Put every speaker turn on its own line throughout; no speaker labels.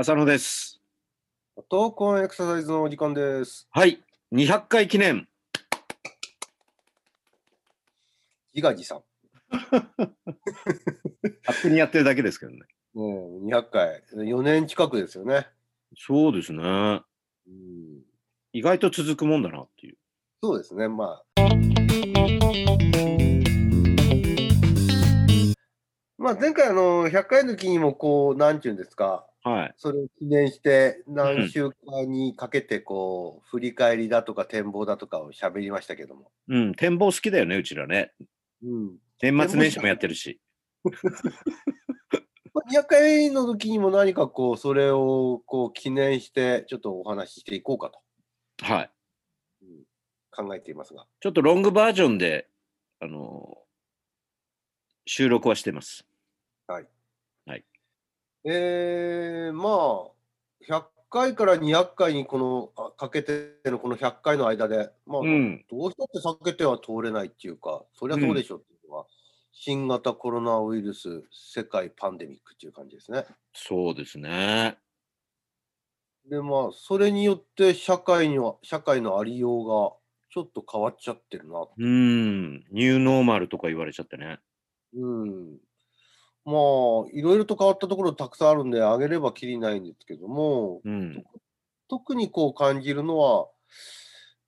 浅野です。
闘魂エクササイズのお時間です。
はい、200回記念。
ギガジさん。
勝手にやってるだけですけどね。
うん、200回。4年近くですよね。
そうですね。
うん、
意外と続くもんだなっていう。
そうですね、まあ。まあ、前回あの、100回の時にもこう、なんていうんですか、
はい。
それを記念して、何週間にかけてこう、振り返りだとか展望だとかを喋りましたけども。
うん、展望好きだよね、うちらね。
うん。
年末年始もやってるし。
まあ200回の時にも何かこう、それをこう、記念して、ちょっとお話ししていこうかと
はい。
考えていますが。
ちょっとロングバージョンで、あのー収録はしてます。
えー、まあ、100回から200回にこのあかけてのこの100回の間で、まあ、
うん。
どうしたって避けては通れないっていうか、そりゃそうでしょうっていうのは、新型コロナウイルス世界パンデミックっていう感じですね。
そうですね。
で、まあ、それによって社会には、社会のありようがちょっと変わっちゃってるな。
うん。ニューノーマルとか言われちゃってね。
うん。まあ、いろいろと変わったところたくさんあるんで、あげればきりないんですけども、
うん。
特にこう感じるのは、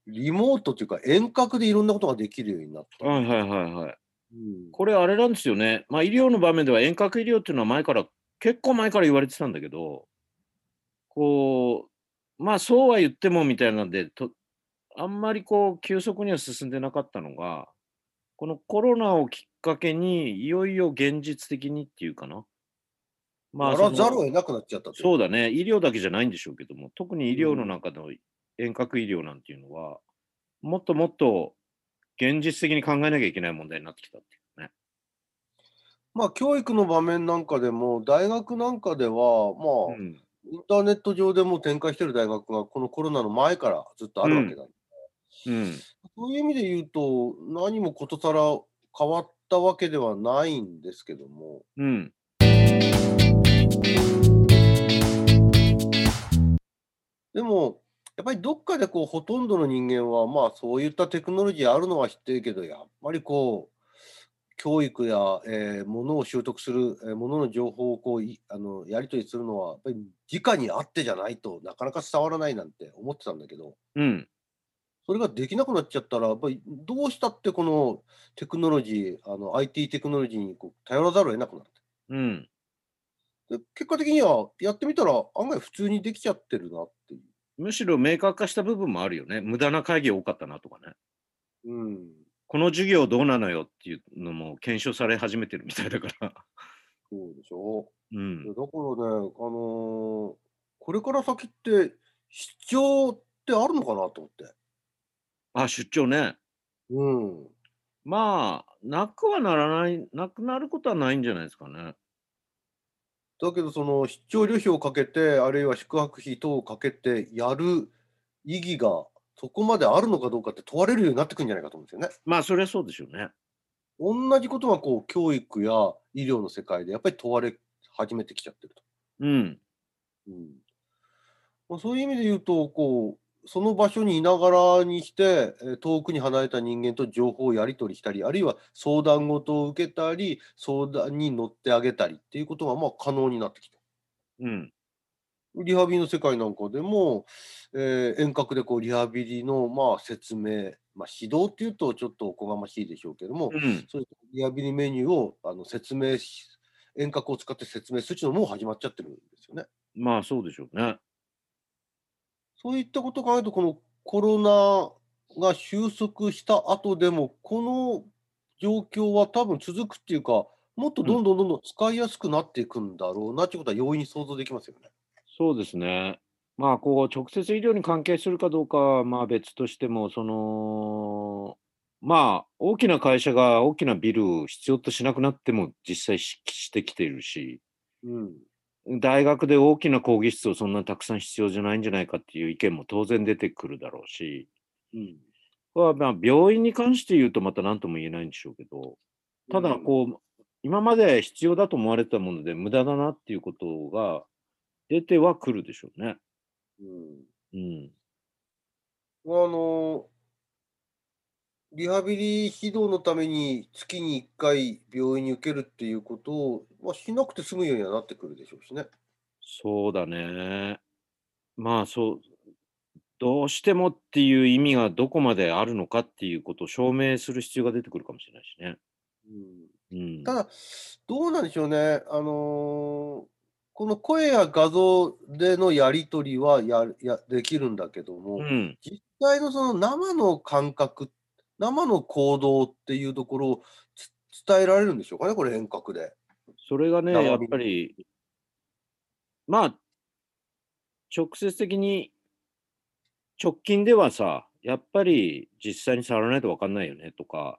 リモートというか遠隔でいろんなことができるようになった。
はいはいはいはい。
うん
これあれなんですよね。まあ医療の場面では遠隔医療っていうのは前から結構前から言われてたんだけど、こうまあそうは言ってもみたいなんでとあんまりこう急速には進んでなかったのが、このコロナをきっかけにいよいよ現実的にっていうかな。ま
やら
その
ざるを得なくなっちゃったという
そうだね、医療だけじゃないんでしょうけども、特に医療の中の遠隔医療なんていうのは、もっともっと現実的に考えなきゃいけない問題になってきたっていうね。
まあ、教育の場面なんかでも、大学なんかでは、まあ、
うん
インターネット上でもう展開してる大学が、このコロナの前からずっとあるわけだ、
うん、
そういう意味で言うと、何もことさら変わったわけではないんですけども、
うん、
でも、やっぱりどっかでこうほとんどの人間は、まあそういったテクノロジーあるのは知ってるけど、やっぱりこう、教育や、えー、ものを習得する、えー、ものの情報をこういあのやり取りするのは、やっぱり直にあってじゃないとなかなか伝わらないなんて思ってたんだけど、
うん、
それができなくなっちゃったら、やっぱりどうしたってこのテクノロジー、あの IT テクノロジーにこう頼らざるを得なくなって。
うん。
で結果的にはやってみたら案外普通にできちゃってるなっていう。
むしろ明確化した部分もあるよね。無駄な会議多かったなとかね。
うん
この授業どうなのよっていうのも検証され始めてるみたいだから。
そうでしょう。
う
いや
ん。
だからね、あのーこれから先って、出張ってあるのかなと思って。
あ、出張ね。
うん。
まあ、なくはならない、なくなることはないんじゃないですかね。
だけど、その出張旅費をかけて、あるいは宿泊費等をかけてやる意義が、そこまであるのかどうかって問われるようになってくるんじゃないかと思うんです
まあ、それはそうでしょうね。
よね。同じことがこう教育や医療の世界でやっぱり問われ始めてきちゃってると。
うん。
うんまあ、そういう意味で言うとこう、その場所にいながらにして、えー遠くに離れた人間と情報をやり取りしたり、あるいは相談事を受けたり、相談に乗ってあげたりっていうことがまあ可能になってきた。
うん。
リハビリの世界なんかでも、えー遠隔でこうリハビリのまあ説明、まあ、指導っていうとちょっとおこがましいでしょうけども、
うん。
そういったリハビリメニューをあの説明し、遠隔を使って説明するっていうのももう始まっちゃってるんですよね。
まあ、そうでしょうね。
そういったことを考えると、このコロナが収束した後でも、この状況は多分続くっていうか、もっとどんどんどんどん使いやすくなっていくんだろうなっていうことは容易に想像できますよね。
そうですね。まあ、こう、直接医療に関係するかどうかは、まあ別としても、その、まあ、大きな会社が大きなビルを必要としなくなっても実際ししてきているし、
うん。
大学で大きな講義室をそんなたくさん必要じゃないんじゃないかっていう意見も当然出てくるだろうし、
うん。
はまあ、病院に関して言うとまた何とも言えないんでしょうけど、ただこう、今まで必要だと思われてたもので無駄だなっていうことが出てはくるでしょうね。
うん
うん。
あの、リハビリ指導のために月に1回病院に受けるっていうことを、まあ、しなくて済むようにはなってくるでしょうしね。
そうだね。まあそう、どうしてもっていう意味がどこまであるのかっていうことを証明する必要が出てくるかもしれないしね。
うん
うん、
ただ、どうなんでしょうね。あのーこの声や画像でのやり取りはやるやできるんだけども、
うん、
実際のその生の感覚、生の行動っていうところをつ伝えられるんでしょうかね、これ遠隔で。
それがね、
生身
やっぱり、まあ、直接的に、直近ではさ、やっぱり実際に触らないと分かんないよねとか、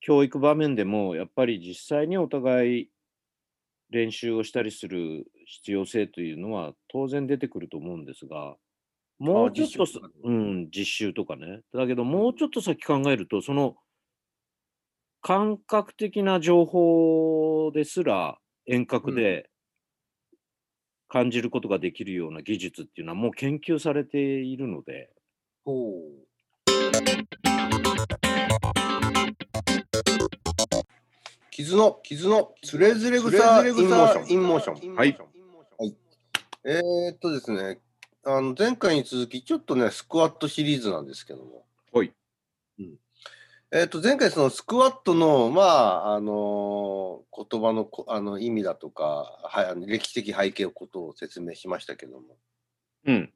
教育場面でも、やっぱり実際にお互い練習をしたりする必要性というのは当然出てくると思うんですが、
あ
もうちょっとさ
実習とかね
うん、実習とかね。だけど、もうちょっと先考えると、その感覚的な情報ですら遠隔で感じることができるような技術っていうのはもう研究されているので、
ほう傷の傷のつれづれ草インモーションインモーション
はい
はいえー、っとですねあの前回に続きちょっとねスクワットシリーズなんですけども
はい、
うん、えー、っと前回そのスクワットのまああのー言葉のこあの意味だとかはいあの歴史的背景のことを説明しましたけども
うん。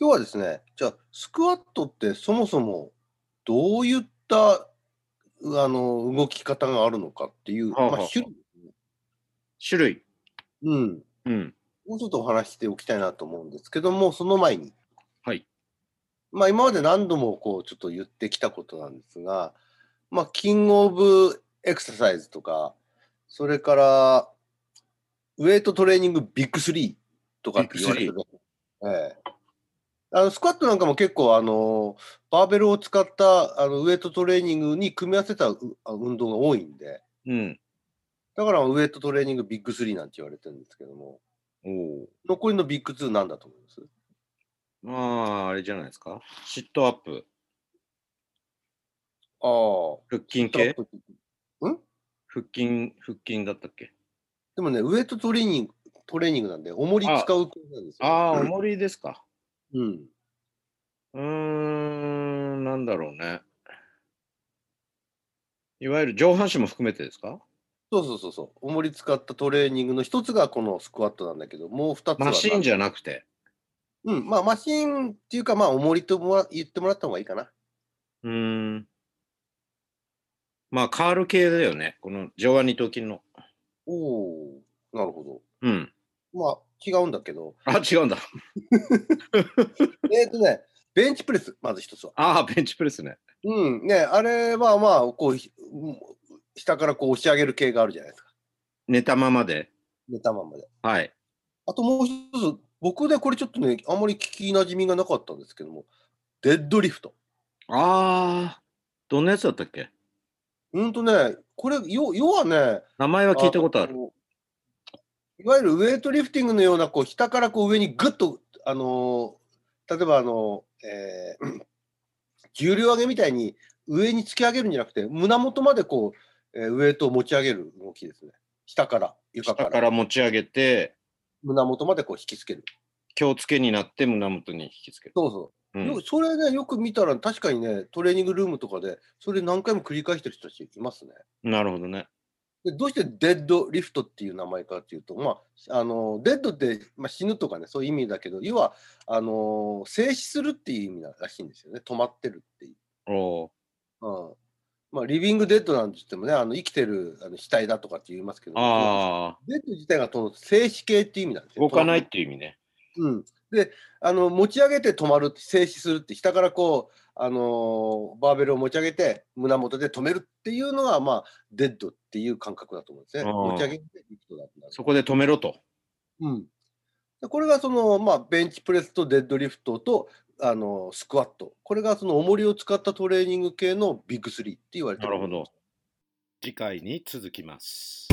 今日はですね、じゃあ、スクワットってそもそもどういったうあの動き方があるのかっていう、
はあはあ
まあ、種類、
種類。
うん、
うん。
もうちょっとお話ししておきたいなと思うんですけども、その前に、
はい。
まあ、今まで何度もこうちょっと言ってきたことなんですが、まあ、キングオブエクササイズとか、それからウェイトトレーニングビッグスリーとかって言われてる。ええあのスクワットなんかも結構あのバーベルを使ったあのウェイトトレーニングに組み合わせたうあ運動が多いんで、
うん。
だからウェイトトレーニングビッグスリーなんて言われてるんですけども、
おお。
残りのビッグツーなんだと思います
まあ、あれじゃないですか。シットアップ。
ああ。
腹筋系
うん
腹筋、腹筋だったっけ
でもね、ウエイトトレーニング、トレーニングなんで、重り使う系なんですよ。
ああ、
うん
重りですか。
うん。
うーん、なんだろうね。いわゆる上半身も含めてですか
そうそうそうそう。重り使ったトレーニングの一つがこのスクワットなんだけど、もう二つは。
マシンじ
ゃ。
ゃなくて。
うん。まあ、マシンっていうか、まあ、重りともら言ってもらった方がいいかな。
うーん。まあ、カール系だよね。この上腕二頭筋の。
おおなるほ
うん。
ど。まあ、違うんだけど。
あ、違うんだ。
えっとね、ベンチプレス、まず一つは。
ああ、ベンチプレスね。
うん。ね、あれはまあ、こう、ひうん下からこう押し上げる系があるじゃないですか。
寝たままで。
寝たままで。
はい。
あともう一つ、僕でこれちょっとね、あんまり聞きなじみがなかったんですけども、デッドリフト。
ああ、どんなやつだったっけ
うんとね、これ、要要はね、
名前は聞いたことある。
のいわゆるウェイトリフティングのような、こう、下からこう上にグッと、あのー例えばあのー、えー 重量上げみたいに上に突き上げるんじゃなくて、胸元までこう、えーウェイトを持ち上げる動きですね。下から、床か
下
ら、
から持ち上げて、
胸元までこう引きつける。
今日付けになって胸元に引きつける。
そうそう。
うん
よそれね、よく見たら、確かにね、トレーニングルームとかで、それ何回も繰り返してる人たちいますね。
なるほどね。
でどうしてデッドリフトっていう名前かっていうと、まあ、あのデッドって、まあ、死ぬとかね、そういう意味だけど、要はあの静止するっていう意味ならしいんですよね、止まってるっていう。
おー
うんまあ、リビングデッドなんて言ってもね、あの生きてるあの死体だとかって言いますけど、
ああ、
デッド自体がその静止系っていう意味なんですよ。
動かないっていう意味ね。
うん、であの持ち上げて止まる静止するって下からこう、あのーバーベルを持ち上げて胸元で止めるっていうのが、まあ、デッドっていう感覚だと思うんですね。
あー
持ち上げてリフトだった
そこで止めろと。
うん、でこれがその、まあ、ベンチプレスとデッドリフトと、あのースクワットこれがその重りを使ったトレーニング系のビッグスリーって言われて
なるほど。次回に続きます。